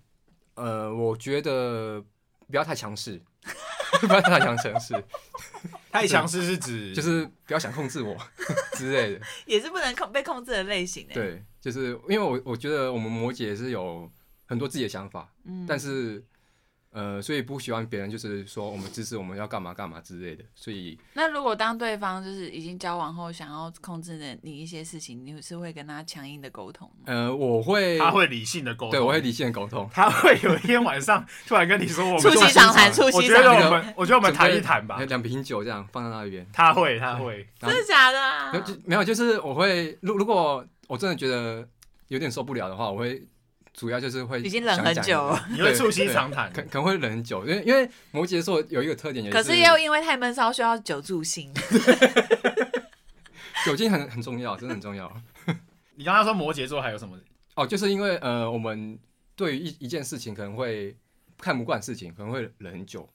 Speaker 4: 呃，我觉得不要太强势， 不要太强 势，
Speaker 3: 太强势是指
Speaker 4: 就是不要想控制我 之类的。
Speaker 1: 也是不能控被控制的类型哎、，
Speaker 4: 对，就是因为我我觉得我们摩羯是有很多自己的想法，
Speaker 1: 嗯
Speaker 4: 但是呃，所以不喜欢别人就是说我们支持我们要干嘛干嘛之类的，所以
Speaker 1: 那如果当对方就是已经交往后，想要控制的你一些事情，你是会跟他强硬的沟通吗？
Speaker 4: 呃，我会
Speaker 3: 他会理性的沟通，
Speaker 4: 对我会理性的沟通。
Speaker 3: 他会有一天晚上突然跟你说，我们
Speaker 1: 促膝长谈，促
Speaker 3: 我
Speaker 1: 膝
Speaker 3: 觉得
Speaker 1: 长
Speaker 3: 我
Speaker 1: 谈，
Speaker 3: 们，我觉得我们谈一谈吧
Speaker 4: 准备。两瓶酒这样放在那边。
Speaker 3: 他会，他会，
Speaker 1: 真
Speaker 4: 然后
Speaker 1: 的假的、啊
Speaker 4: 没有？就没有，就是我会，如如果我真的觉得有点受不了的话，我会主要就是会
Speaker 1: 已经忍
Speaker 4: 想
Speaker 1: 很
Speaker 4: 讲一
Speaker 1: 久
Speaker 4: 个
Speaker 1: 了
Speaker 3: 你会
Speaker 4: 对
Speaker 3: 促膝
Speaker 4: 对
Speaker 3: 长谈
Speaker 4: 可。可能会忍很久，因为因为摩羯座有一个特点，也
Speaker 1: 可是 又因为太闷骚，需要酒助兴。
Speaker 4: 酒精很很重要，真的很重要。
Speaker 3: 你刚刚说摩羯座还有什么？
Speaker 4: 哦，就是因为呃，我们对于一一件事情可能会看不惯事情，可能会忍很久。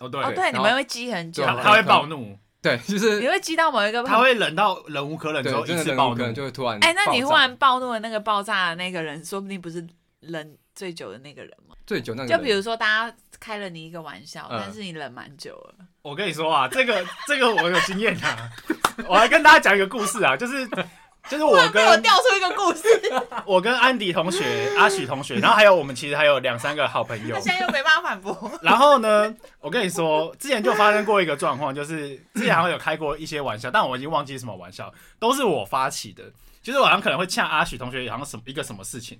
Speaker 3: 哦，对，
Speaker 1: 哦，
Speaker 4: 对
Speaker 1: 对，你
Speaker 4: 然后
Speaker 1: 们会积很久
Speaker 4: 对，
Speaker 3: 他他会暴怒，
Speaker 4: 对，就是
Speaker 1: 你会积到某一个
Speaker 3: 他会忍到忍无可忍之
Speaker 4: 对，
Speaker 3: 后
Speaker 4: 真
Speaker 3: 一
Speaker 4: 的
Speaker 3: 次
Speaker 4: 忍
Speaker 3: 暴
Speaker 4: 无可
Speaker 3: 怒
Speaker 4: 能，就会突然
Speaker 1: 哎，那你
Speaker 4: 暴
Speaker 1: 忽
Speaker 4: 躁
Speaker 1: 然暴怒的那个爆炸的那个人，说不定不是忍最久的那个人嘛？
Speaker 4: 醉酒那个
Speaker 1: 就
Speaker 4: 人，
Speaker 1: 比如说大家开了你一个玩笑，
Speaker 4: 嗯
Speaker 1: 但是你忍蛮久了。
Speaker 3: 我跟你说啊，这个这个我有经验啊，我来跟大家讲一个故事啊，就是就是我
Speaker 1: 被我
Speaker 3: 跟
Speaker 1: 调出一个故事，
Speaker 3: 我跟安迪同学、阿许同学，然后还有我们其实还有两三个好朋友
Speaker 1: 他，现在又没办法反 驳。
Speaker 3: 然后呢，我跟你说，之前就发生过一个状况，就是之前好像有开过一些玩笑，但我已经忘记什么玩笑，都是我发起的。就是我好像可能会呛阿许同学，好像什么一个什么事情，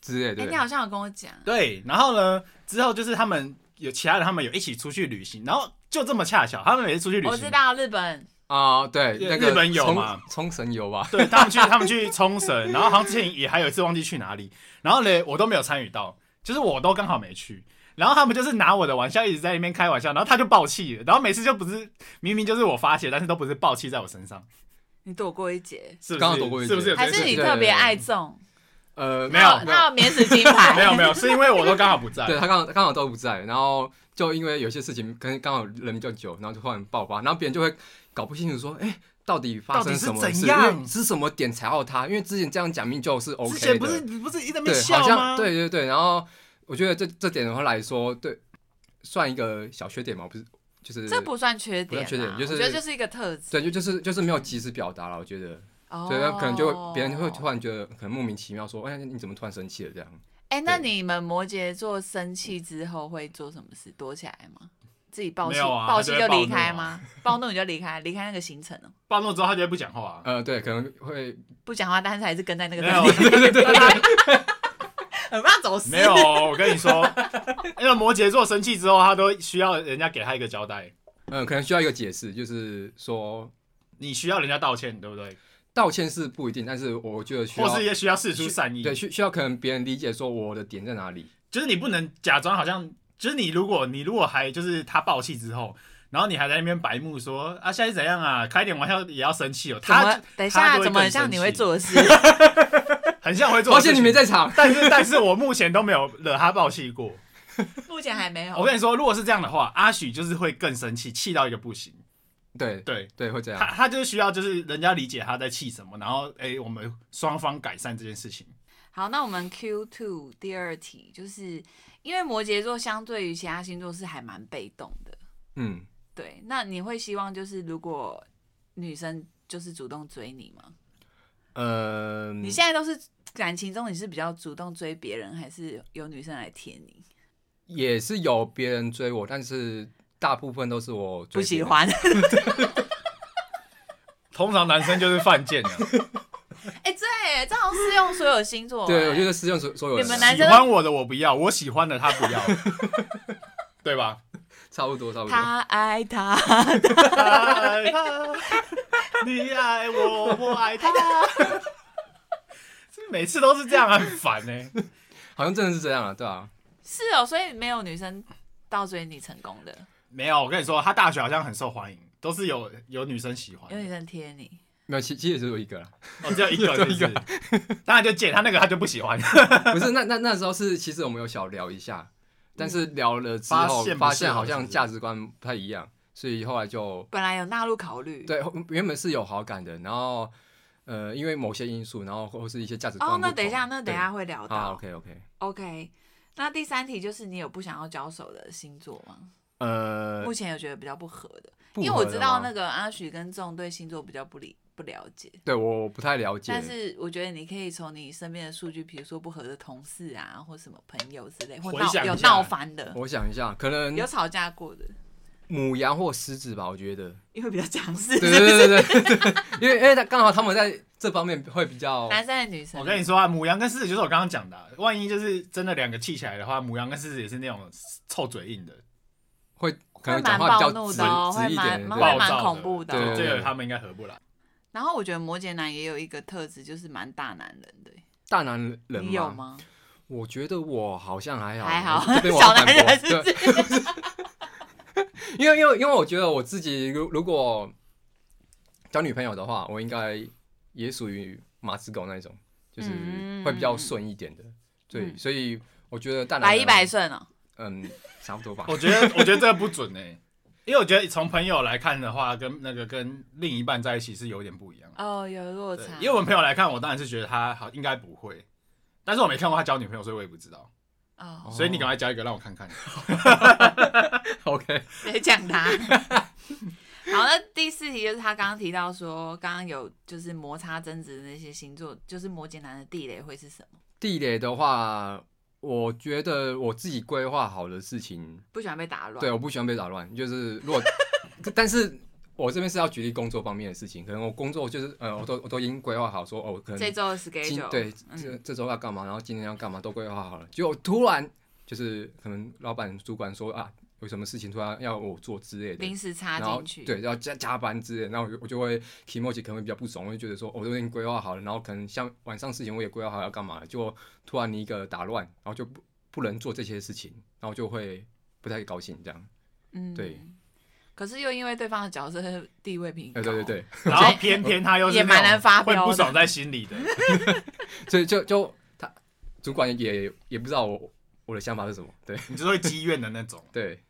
Speaker 4: 之类
Speaker 1: 哎，
Speaker 4: 的
Speaker 1: 你，好像有跟我讲，
Speaker 3: 对，然后呢，之后就是他们有其他人，他们有一起出去旅行，然后就这么恰巧，他们每次出去旅
Speaker 1: 我
Speaker 3: 行
Speaker 1: 知，道日本，
Speaker 4: 啊，对，
Speaker 3: 日
Speaker 4: 那个
Speaker 3: 日本有
Speaker 4: 冲
Speaker 3: 嘛
Speaker 4: 冲绳有吧？
Speaker 3: 对他们去他们去冲绳，然后好像之前也还有一次忘记去哪里，然后嘞我都没有参与到，就是我都刚好没去。然后他们就是拿我的玩笑一直在那边开玩笑，然后他就爆气了，然后每次就不是明明就是我发泄，但是都不是爆气在我身上，
Speaker 1: 你躲过一劫，
Speaker 3: 是不是？
Speaker 4: 刚好躲过一劫
Speaker 3: 是不是有这
Speaker 1: 还
Speaker 3: 件事？
Speaker 1: 是你
Speaker 4: 对
Speaker 1: 特别爱中？
Speaker 4: 呃，
Speaker 3: 没有
Speaker 1: 他他有免死金牌，
Speaker 3: 没有没有，是因为我都刚好不在。
Speaker 4: 对他刚好刚好都不在，然后就因为有些事情可能刚好人比较久，然后就突然爆发，然后别人就会搞不清楚说，哎、到底发
Speaker 3: 到
Speaker 4: 生
Speaker 3: 底是
Speaker 4: 什么事？
Speaker 3: 怎样
Speaker 4: 因为是什么点踩到他？因为之前这样讲明就是 OK 的，
Speaker 3: 之前不是你不是一直在那边
Speaker 4: 对，
Speaker 3: 笑
Speaker 4: 好
Speaker 3: 吗？
Speaker 4: 像对对对。然后我觉得这这点的话来说，对，算一个小缺点嘛，不是就是
Speaker 1: 这不算缺点啊，
Speaker 4: 不算缺点就是
Speaker 1: 我觉得就是一个特质。
Speaker 4: 对，就就是就是没有及时表达了，我觉得，
Speaker 1: 哦
Speaker 4: 对，那可能就会别人会突然觉得可能莫名其妙说，哎，你怎么突然生气了这样？
Speaker 1: 哎、那
Speaker 4: 对
Speaker 1: 你们摩羯座生气之后会做什么事？躲起来吗？自己暴
Speaker 3: 没
Speaker 1: 气、
Speaker 3: 有啊
Speaker 1: 暴气
Speaker 3: 他
Speaker 1: 就
Speaker 3: 就会
Speaker 1: 离开吗？ 暴怒你就离开，离开那个行程哦、
Speaker 3: 暴怒之后他就会不讲话、啊
Speaker 4: 呃，对，可能会
Speaker 1: 不讲话，但是还是跟在那个
Speaker 3: 没
Speaker 1: 地
Speaker 3: 有
Speaker 1: 方，
Speaker 3: 对对对，他
Speaker 1: 很怕走失。
Speaker 3: 没有，我跟你 说，因为摩羯座生气之后，他都需要人家给他一个交代，
Speaker 4: 呃，可能需要一个解释，就是说
Speaker 3: 你需要人家道歉，对不对？
Speaker 4: 道歉是不一定，但是我觉得需
Speaker 3: 或
Speaker 4: 要
Speaker 3: 是也需要事出善意，
Speaker 4: 对，需需要可能别人理解说我的点在 哪里。
Speaker 3: 就是你不能假装好像，就是你如果你如果还就是他爆气之后，然后你还在那边白目说啊，现在怎样啊，开点玩笑也要生气哦。
Speaker 1: 怎么
Speaker 3: 他？
Speaker 1: 等一
Speaker 3: 他
Speaker 1: 下，
Speaker 3: 就会
Speaker 1: 怎么很
Speaker 3: 更
Speaker 1: 像
Speaker 3: 生
Speaker 1: 你会
Speaker 3: 气
Speaker 1: 做的 事？
Speaker 3: 很像会做，
Speaker 4: 而且你没在，场，
Speaker 3: 但是但是我目前都没有惹他爆气过。
Speaker 1: 目前还没有。
Speaker 3: 我跟你说，如果是这样的话，阿许就是会更生气，气到一个不行。
Speaker 4: 对
Speaker 3: 对啊
Speaker 4: 对，会这
Speaker 3: 他，
Speaker 4: 样。
Speaker 3: 他就是需要就是人家理解他在气什么，然后哎、我们双方改善这件事情。
Speaker 1: 好，那我们 Q two 第二题，就是因为摩羯座相对于其他星座是还蛮被动的，
Speaker 4: 嗯，
Speaker 1: 对。那你会希望就是如果女生就是主动追你吗？
Speaker 3: 嗯
Speaker 4: 呃，
Speaker 1: 你现在都是感情中，你是比较主动追别人，还是有女生来贴你？
Speaker 4: 也是有别人追我，但是大部分都是我
Speaker 1: 不
Speaker 4: 追
Speaker 1: 喜
Speaker 4: 别人。
Speaker 1: 欢。
Speaker 3: 通常男生就是犯贱的，
Speaker 1: 哎、对，这好像适用所有星座、
Speaker 4: 对，
Speaker 1: 哎
Speaker 4: 我觉得适用所所有人啊，
Speaker 1: 你们 男
Speaker 3: 喜
Speaker 1: 生
Speaker 3: 欢我的我不要，我喜欢的他不要，对吧？
Speaker 4: 差不多差不多。
Speaker 1: 哎他爱他，
Speaker 3: 爱他，你爱我，我爱他。这每次都是这样，很烦呢、欸
Speaker 4: 好像真的是这样了，对啊。
Speaker 1: 是哦，所以没有女生倒追你成功的，
Speaker 3: 没有，我跟你说，他大学好像很受欢迎，都是有有女生
Speaker 4: 哦
Speaker 3: 喜欢
Speaker 1: 有。女生贴你。
Speaker 4: 没有，其其实也只有一个啦。
Speaker 3: 哦， 只有一个，
Speaker 4: 只有
Speaker 3: 就
Speaker 4: 一
Speaker 3: 一
Speaker 4: 个
Speaker 3: 个。当然就姐，他那个他就不喜欢。
Speaker 4: 不是，那那那时候是，其实我们有小聊一下，但是聊了之
Speaker 3: 发
Speaker 4: 后
Speaker 3: 现不
Speaker 4: 发
Speaker 3: 适
Speaker 4: 现
Speaker 3: 合
Speaker 4: 好
Speaker 3: 是啊
Speaker 4: 像
Speaker 3: 不是
Speaker 4: 价值观不太一样，所以后来就
Speaker 1: 本来有纳入考虑，
Speaker 4: 对原本是有好感的，然后呃，因为某些因素，然后或是一些价值观
Speaker 1: 哦，
Speaker 4: 不
Speaker 1: 那等一下，
Speaker 4: 同
Speaker 1: 那等一下，会聊
Speaker 4: 对好
Speaker 1: 到。
Speaker 4: ，OK OK，
Speaker 1: OK，那第三题就是你有不想要交手的星座吗？
Speaker 4: 呃
Speaker 1: 目，前有觉得比较不合的，
Speaker 4: 不
Speaker 1: 因为我
Speaker 4: 合的
Speaker 1: 知道
Speaker 4: 吗
Speaker 1: 那个阿许跟仲对星座比较不理不了解。
Speaker 4: 对我不太了解，
Speaker 1: 但是我觉得你可以从你身边的数据，比如说不合的同事啊，或什么朋友之类，或
Speaker 3: 回
Speaker 1: 闹
Speaker 3: 想一
Speaker 1: 有
Speaker 3: 下
Speaker 1: 闹翻的，
Speaker 4: 我想一下，可能
Speaker 1: 有吵架过的，
Speaker 4: 母羊或狮子吧，我觉得，
Speaker 1: 因为比较强势，
Speaker 4: 对对对对对，因为因为他刚好他们在这方面会比较，
Speaker 1: 男生还是女生？
Speaker 3: 我跟你说啊，母羊跟狮子就是我刚刚讲的啊、万一就是真的两个气起来的话，母羊跟狮子也是那种臭嘴硬的，
Speaker 4: 会可
Speaker 1: 会
Speaker 4: 能讲
Speaker 1: 蛮
Speaker 4: 话比
Speaker 1: 暴
Speaker 4: 较
Speaker 1: 怒
Speaker 4: 直
Speaker 1: 的哦，
Speaker 4: 直
Speaker 1: 会
Speaker 4: 一
Speaker 1: 蛮
Speaker 4: 点，
Speaker 1: 蛮
Speaker 4: 对
Speaker 1: 会
Speaker 3: 暴
Speaker 1: 蛮
Speaker 3: 躁的
Speaker 1: 恐怖的
Speaker 4: 对
Speaker 1: 哦。
Speaker 3: 这个他们应该合不来。
Speaker 1: 然后我觉得摩羯男也有一个特质，就是蛮大男人的。
Speaker 4: 大男人
Speaker 1: 你有？吗？
Speaker 4: 我觉得我好像还好，
Speaker 1: 还好，
Speaker 4: 这 边我要
Speaker 1: 小男
Speaker 4: 反驳
Speaker 1: 人是不
Speaker 4: 对
Speaker 1: 是？
Speaker 4: 因为因为因为我觉得我自己如如果交女朋友的话，我应该也属于马子狗那一种，就是
Speaker 1: 嗯
Speaker 4: 会比较顺一点的。对，
Speaker 1: 嗯
Speaker 4: 所以我觉得大男
Speaker 1: 百
Speaker 4: 人
Speaker 1: 依百顺哦，
Speaker 4: 嗯，差不多吧。
Speaker 3: 我觉得，我觉得这个不准哎、因为我觉得从朋友来看的话，跟那个跟另一半在一起是有点不一样。
Speaker 1: 哦，有落
Speaker 3: 对
Speaker 1: 差，，
Speaker 3: 因为我们朋友来看，我当然是觉得他好应该不会，但是我没看过他交女朋友，所以我也不知道。
Speaker 1: 哦，
Speaker 3: 所以你赶快交一个让我 看看。
Speaker 4: 哦 OK，
Speaker 1: 谁讲 他？好，那第四题就是他刚刚提到说，刚刚有就是摩擦争执的那些星座，就是摩羯男的地雷会是什么？
Speaker 4: 地雷的话，我觉得我自己规划好的事情，
Speaker 1: 不喜欢被打乱。
Speaker 4: 对，我不喜欢被打乱。就是如果，但是我这边是要举例工作方面的事情，可能我工作就是呃，我都我都已经规划好说，哦，可能
Speaker 1: 这周的
Speaker 4: 今
Speaker 1: schedule
Speaker 4: 对
Speaker 1: 嗯
Speaker 4: 这这周要干嘛，然后今天要干嘛都规划好了，结果突然就是可能老板主管说啊，有什么事情突然要我做之类的，
Speaker 1: 临时插
Speaker 4: 然后
Speaker 1: 进去，
Speaker 4: 对，要加加班之类的，那我就我就会 k i m o j i 可能会比较不爽，我就觉得说，哦我都已经规划好了，然后可能像晚上事情我也规划好要干嘛了，就突然你一个打乱，然后就不不能做这些事情，然后就会不太高兴这样。
Speaker 1: 嗯
Speaker 4: 对。
Speaker 1: 可是又因为对方的角色地位平高，
Speaker 4: 呃，对对，对，
Speaker 3: 然后偏偏他又是
Speaker 1: 也蛮难发飙
Speaker 3: 那
Speaker 1: 的
Speaker 3: 种会不爽在心里的。
Speaker 4: 所以就就他主管也也不知道我我的想法是什么，对
Speaker 3: 你就是会积怨的那种。
Speaker 4: 对，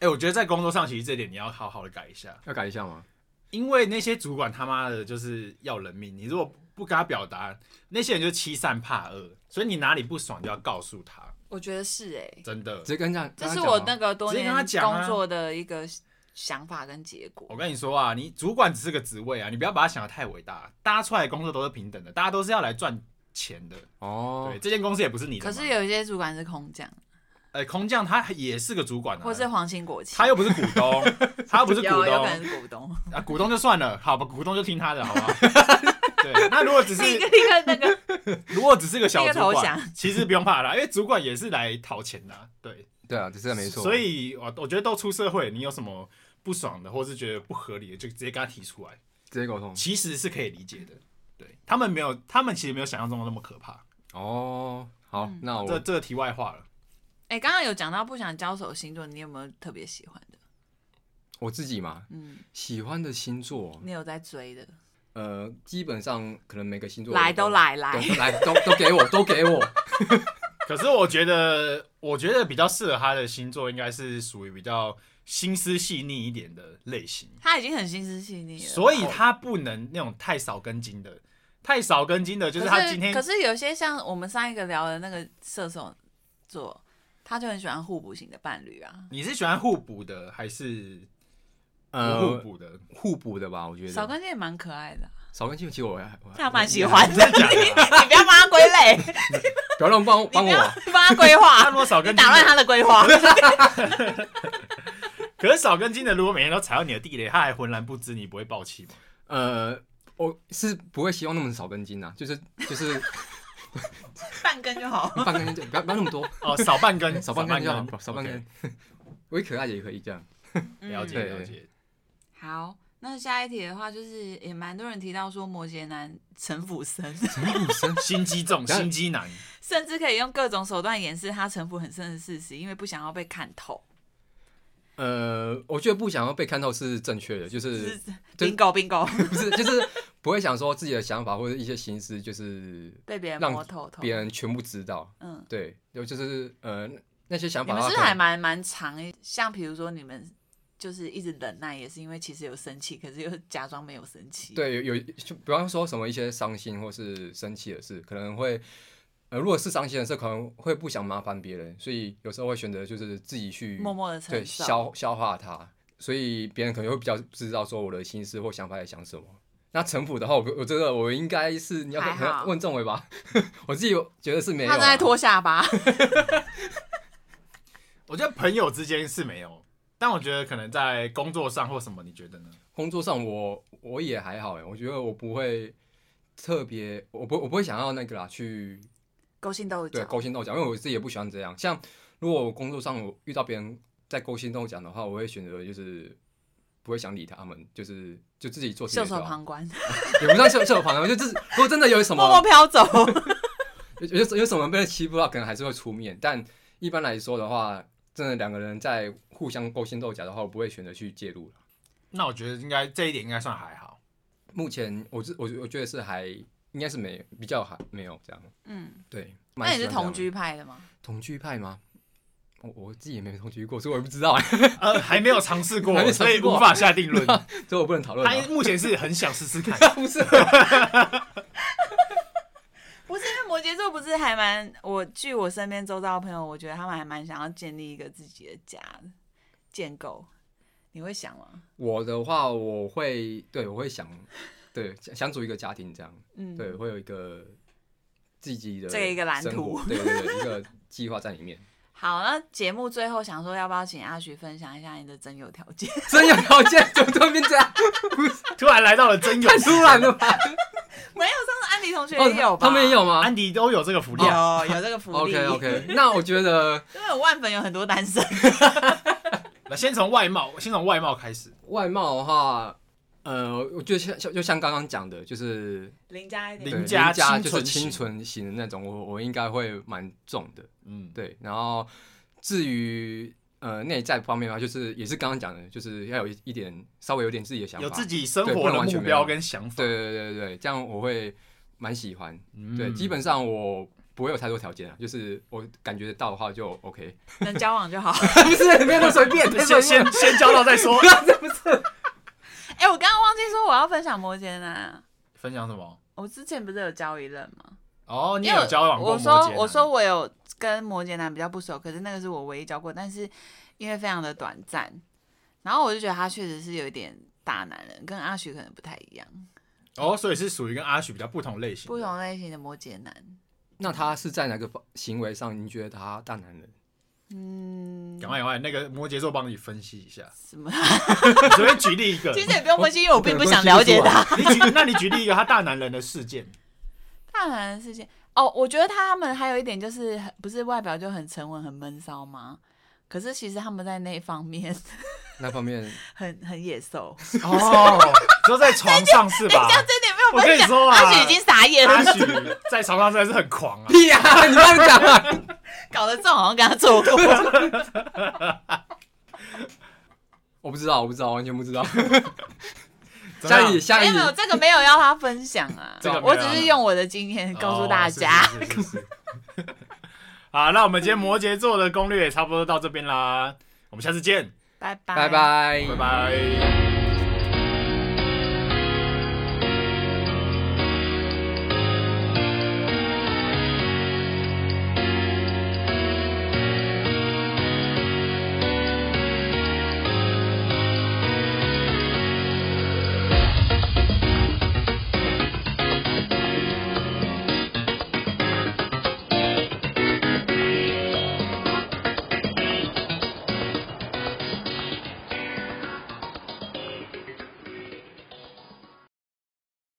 Speaker 3: 哎、我觉得在工作上其实这点你要好好的改一下，
Speaker 4: 要改一下吗？
Speaker 3: 因为那些主管他妈的就是要人命，你如果不跟他表达，那些人就欺善怕恶，所以你哪里不爽就要告诉他，
Speaker 1: 我觉得是哎、
Speaker 3: 真的
Speaker 4: 直。接跟这样，
Speaker 1: 这
Speaker 4: 跟他
Speaker 1: 是
Speaker 4: 讲
Speaker 1: 我
Speaker 4: 吗
Speaker 1: 那个多
Speaker 3: 直接
Speaker 1: 年
Speaker 3: 啊跟他讲啊
Speaker 1: 工作的一个想法跟结果
Speaker 3: 我。跟你说啊，你主管只是个职位啊，你不要把他想的太伟大。大家出来工作都是平等的，大家都是要来赚钱的。
Speaker 4: 哦
Speaker 3: 对，，这间公司也不是你的
Speaker 1: 可
Speaker 3: 嘛。
Speaker 1: 是有一些主管是空降，
Speaker 3: 呃，空降他也是个主管啊，
Speaker 1: 或是皇亲国戚，
Speaker 3: 他又不是股 东，他又不是股
Speaker 1: 有有可能
Speaker 3: 东
Speaker 1: 是股东。
Speaker 3: 啊，股东就算了，好吧，股东就听他的，好 不好？对，那如果只是
Speaker 1: 一个一个那个
Speaker 3: 如果只是个小主
Speaker 1: 那个投
Speaker 3: 管
Speaker 1: 降，
Speaker 3: 其实不用怕啦，因为主管也是来讨钱的啊、对，
Speaker 4: 对啊，这是没错。
Speaker 3: 所以我我觉得都出社会，你有什么不爽的，或是觉得不合理的，就直接跟他提出来，
Speaker 4: 直接沟通
Speaker 3: 其实是可以理解的。对他们没有，他们其实没有想象中的那么可怕。
Speaker 4: 哦。好，
Speaker 1: 嗯
Speaker 4: 那
Speaker 3: 这
Speaker 4: 我
Speaker 3: 这个题外话了，
Speaker 1: 哎，刚刚有讲到不想交手星座，你有没有特别喜欢的？
Speaker 4: 我自己嘛，
Speaker 1: 嗯，
Speaker 4: 喜欢的星座，
Speaker 1: 你有在追的？
Speaker 4: 呃，基本上可能每个星座
Speaker 1: 来
Speaker 4: 我
Speaker 1: 都来来，
Speaker 4: 对来都都给我，都给我。
Speaker 3: 可是我觉得， 我觉得比较适合他的星座应该是属于比较心思细腻一点的类型。
Speaker 1: 他已经很心思细腻了。
Speaker 3: 所以他不能那种太少根筋的，太少根筋的，就是
Speaker 1: 可
Speaker 3: 他今天
Speaker 1: 可是有些像我们上一个聊的那个射手座，他就很喜欢互补型的伴侣啊，
Speaker 3: 你是喜欢互补的还是不互
Speaker 4: 呃，
Speaker 3: 补的？
Speaker 4: 互补的吧，我觉得
Speaker 1: 少根筋也蛮可爱的啊，
Speaker 4: 少根筋，其实我还
Speaker 3: 啊
Speaker 4: 我还
Speaker 1: 他蛮喜欢的。
Speaker 3: 真的假的啊？
Speaker 1: 你不要帮他归类，
Speaker 4: 不要乱帮
Speaker 1: 你
Speaker 4: 帮
Speaker 1: 不
Speaker 4: 我
Speaker 1: 要，帮他规划，
Speaker 3: 他如果少根
Speaker 1: 你
Speaker 3: 筋
Speaker 1: 打乱
Speaker 3: 的，
Speaker 1: 他的规划。
Speaker 3: 可是少根筋的，如果每天都踩到你的地雷，他还浑然不知，你不会爆 气吗？
Speaker 4: 呃，我是不会希望那么少根筋啊，就是就是
Speaker 1: 半根就 好。
Speaker 4: 半根筋就，不要不要那么 多，
Speaker 3: 哦，少半根，
Speaker 4: 少
Speaker 3: 半
Speaker 4: 半根就好，
Speaker 3: 根
Speaker 4: 少半
Speaker 3: OK，
Speaker 4: 根。 我也可爱也可以这样，
Speaker 3: 了解
Speaker 4: 嗯
Speaker 3: 了解。
Speaker 1: 好，那下一题的话，就是也蛮多人提到说摩羯男城府深，
Speaker 3: 心机 重，
Speaker 4: 等下
Speaker 3: 心机男，
Speaker 1: 甚至可以用各种手段掩饰他城府很深的事实，因为不想要被看透。
Speaker 4: 呃，我觉得不想要被看透是正确的，就
Speaker 1: 就是是
Speaker 4: 对
Speaker 1: bingo bingo
Speaker 4: 不是就是不会想说自己的想法或者一些心思，就是
Speaker 1: 被别人
Speaker 4: 让
Speaker 1: 摸透透。
Speaker 4: 别人全部知道。
Speaker 1: 嗯，
Speaker 4: 对，就就是呃那些想
Speaker 1: 你
Speaker 4: 法
Speaker 1: 们
Speaker 4: 的
Speaker 1: 是不
Speaker 4: 话，
Speaker 1: 是
Speaker 4: 可能
Speaker 1: 还蛮蛮长，像比如说你们就是一直忍耐，也是因为其实有生气，可是又假装没有生气。，
Speaker 4: 对，有有就比方说什么一些伤心或是生气的事，可能会，呃，如果是伤心的事，可能会不想麻烦别人，所以有时候会选择就是自己去
Speaker 1: 默默的
Speaker 4: 对
Speaker 1: 承受。
Speaker 4: 消消化它，所以别人可能会比较知道说我的心思或想法在想什么。那城府的话，我我觉得我应该是你要
Speaker 1: 还
Speaker 4: 可能
Speaker 1: 好
Speaker 4: 问政委吧， 我自己有觉得是没有、
Speaker 1: 他
Speaker 4: 啊。
Speaker 1: 正在拖下巴，
Speaker 3: 我觉得朋友之间是没有，但我觉得可能在工作上或什么，你觉得呢？
Speaker 4: 工作上我我也还好哎，我觉得我不会特别，我不我不会想要那个啦去
Speaker 1: 勾心斗
Speaker 4: 对
Speaker 1: 角。
Speaker 4: 勾心斗角，因为我自己也不喜欢这样。像如果我工作上我遇到别人在勾心斗角的话，我会选择就是不会想理他们，就是就自己做自己
Speaker 1: 袖
Speaker 4: 的就好。
Speaker 1: 手旁观，
Speaker 4: 也不算袖袖手旁观，就就是如果真的有什
Speaker 1: 默默
Speaker 4: 么
Speaker 1: 飘走。
Speaker 4: 有有有什么被欺负到，可能还是会出面。但一般来说的话，真的两个人在互相勾心斗角的话，我不会选择去介入了。
Speaker 3: 那我觉得应该这一点应该算还好。
Speaker 4: 目前我是我我觉得是还应该是没比较还没有这样，
Speaker 1: 嗯，
Speaker 4: 对。
Speaker 1: 那你是
Speaker 4: 蛮喜欢这样
Speaker 1: 同
Speaker 4: 的
Speaker 1: 居派的吗？
Speaker 4: 同居派吗？我我自己也没同居过，所以我也 不知道啊，
Speaker 3: 呃，还没有尝试过
Speaker 4: 还没，尝
Speaker 3: 所
Speaker 4: 试
Speaker 3: 以
Speaker 4: 过
Speaker 3: 无法下 定论。
Speaker 4: 所以我不能讨论啊。
Speaker 3: 他目前是很想试试看，
Speaker 4: 不是，
Speaker 1: 不是因为摩羯座不是还蛮我据我身边周遭的朋友，我觉得他们还蛮想要建立一个自己的家的建构。你会想吗？
Speaker 4: 我的话，我会对我会想，对想想组一个家庭这样，
Speaker 1: 嗯，
Speaker 4: 对，会有一个自己的
Speaker 1: 这一个蓝
Speaker 4: 生活
Speaker 1: 图
Speaker 4: 对对对，一个计划在里面。
Speaker 1: 好，那节目最后想说，要不要请阿徐分享一下你的真有条件？
Speaker 4: 真有条件，怎么突然变这样？
Speaker 3: 突然来到了真友，
Speaker 4: 太突然了吧？
Speaker 1: 没有，上次安迪同学 也有吧？哦
Speaker 4: 他们也有吗
Speaker 3: 安迪都有这个福利啊。
Speaker 4: 哦
Speaker 1: 有有这个福利。
Speaker 4: ？OK OK，那我觉得
Speaker 1: 因为我万粉有很多单身，
Speaker 3: 那先从外貌，先从外貌开始。
Speaker 4: 外貌的话，呃，我觉得像像就像刚刚讲的，就是
Speaker 1: 邻家一
Speaker 4: 对
Speaker 1: 点
Speaker 3: 邻。家
Speaker 4: 家
Speaker 3: 清
Speaker 4: 就是
Speaker 3: 纯型
Speaker 4: 清纯型的那种，我我应该会蛮重的。
Speaker 3: 嗯，
Speaker 4: 对，然后至于呃内在方面的话，就是也是刚刚讲的，就是要有一一点稍微有点自己的想法，
Speaker 3: 有自己生
Speaker 4: 对不
Speaker 3: 活
Speaker 4: 能
Speaker 3: 的
Speaker 4: 完全
Speaker 3: 目
Speaker 4: 没有
Speaker 3: 标跟想法
Speaker 4: 对。对对对对，这样我会蛮喜欢。
Speaker 3: 嗯
Speaker 4: 对，基本上我不会有太多条件啊，就是我感觉得到的话就 OK。
Speaker 1: 能交往 就好。
Speaker 4: 不是，不要那么随 便，太随
Speaker 3: 先
Speaker 4: 便了
Speaker 3: 先先交到再 说。
Speaker 1: 哎、我刚刚忘记说我要分享摩羯男。
Speaker 3: 分享什么？
Speaker 1: 我之前不是有交一任吗？
Speaker 3: 哦，你
Speaker 1: 因为
Speaker 3: 有交往过
Speaker 1: 我
Speaker 3: 摩羯
Speaker 1: 说
Speaker 3: 男
Speaker 1: 我说我有跟摩羯男比较不熟，可是那个是我唯一交过，但是因为非常的短暂，然后我就觉得他确实是有一点大男人，跟阿许可能不太一样，
Speaker 3: 哦，所以是属于跟阿许比较不同类型的。
Speaker 1: 不同类型的摩羯男。
Speaker 4: 那他是在哪个方行为上您觉得他大男人？
Speaker 1: 嗯，。
Speaker 3: 赶快赶快，那个摩羯座帮你分析一下
Speaker 1: 什么？
Speaker 3: 你随便举例一个，
Speaker 1: 其实也不用分析，因为 我并不想了解他。
Speaker 3: 你举，那你举例一个他大男人的 事件。
Speaker 1: 大男人事情哦，我觉得他们还有一点就是很，不是外表就很沉稳、很闷骚吗？可是其实他们在那一方面
Speaker 4: 那方面
Speaker 1: 很很野兽。 啊
Speaker 3: 哦，只有在床上是吧？
Speaker 1: 这点没有
Speaker 3: 我跟
Speaker 1: 分
Speaker 3: 你
Speaker 1: 享，
Speaker 3: 说啊
Speaker 1: 阿许已经傻眼
Speaker 3: 阿
Speaker 1: 了，
Speaker 3: 许在床上真的是很狂啊！
Speaker 4: 屁呀、你乱讲啊！
Speaker 1: 搞得这种好像跟他做过。
Speaker 4: 我不知道，我不知道，完全不知道。
Speaker 3: 怎么
Speaker 4: 下
Speaker 3: 样，
Speaker 4: 一下
Speaker 1: 没
Speaker 4: 一
Speaker 1: 有没有，这个没有要他分享啊
Speaker 3: 这个没有
Speaker 1: 我
Speaker 3: 要
Speaker 1: 只
Speaker 3: 他
Speaker 1: 是用我的经验告诉大家。
Speaker 3: 哦。是是是是是 好，那我们今天摩羯座的攻略也差不多到这边啦，我们下次见，
Speaker 1: 拜拜
Speaker 4: 拜拜，
Speaker 3: 拜拜。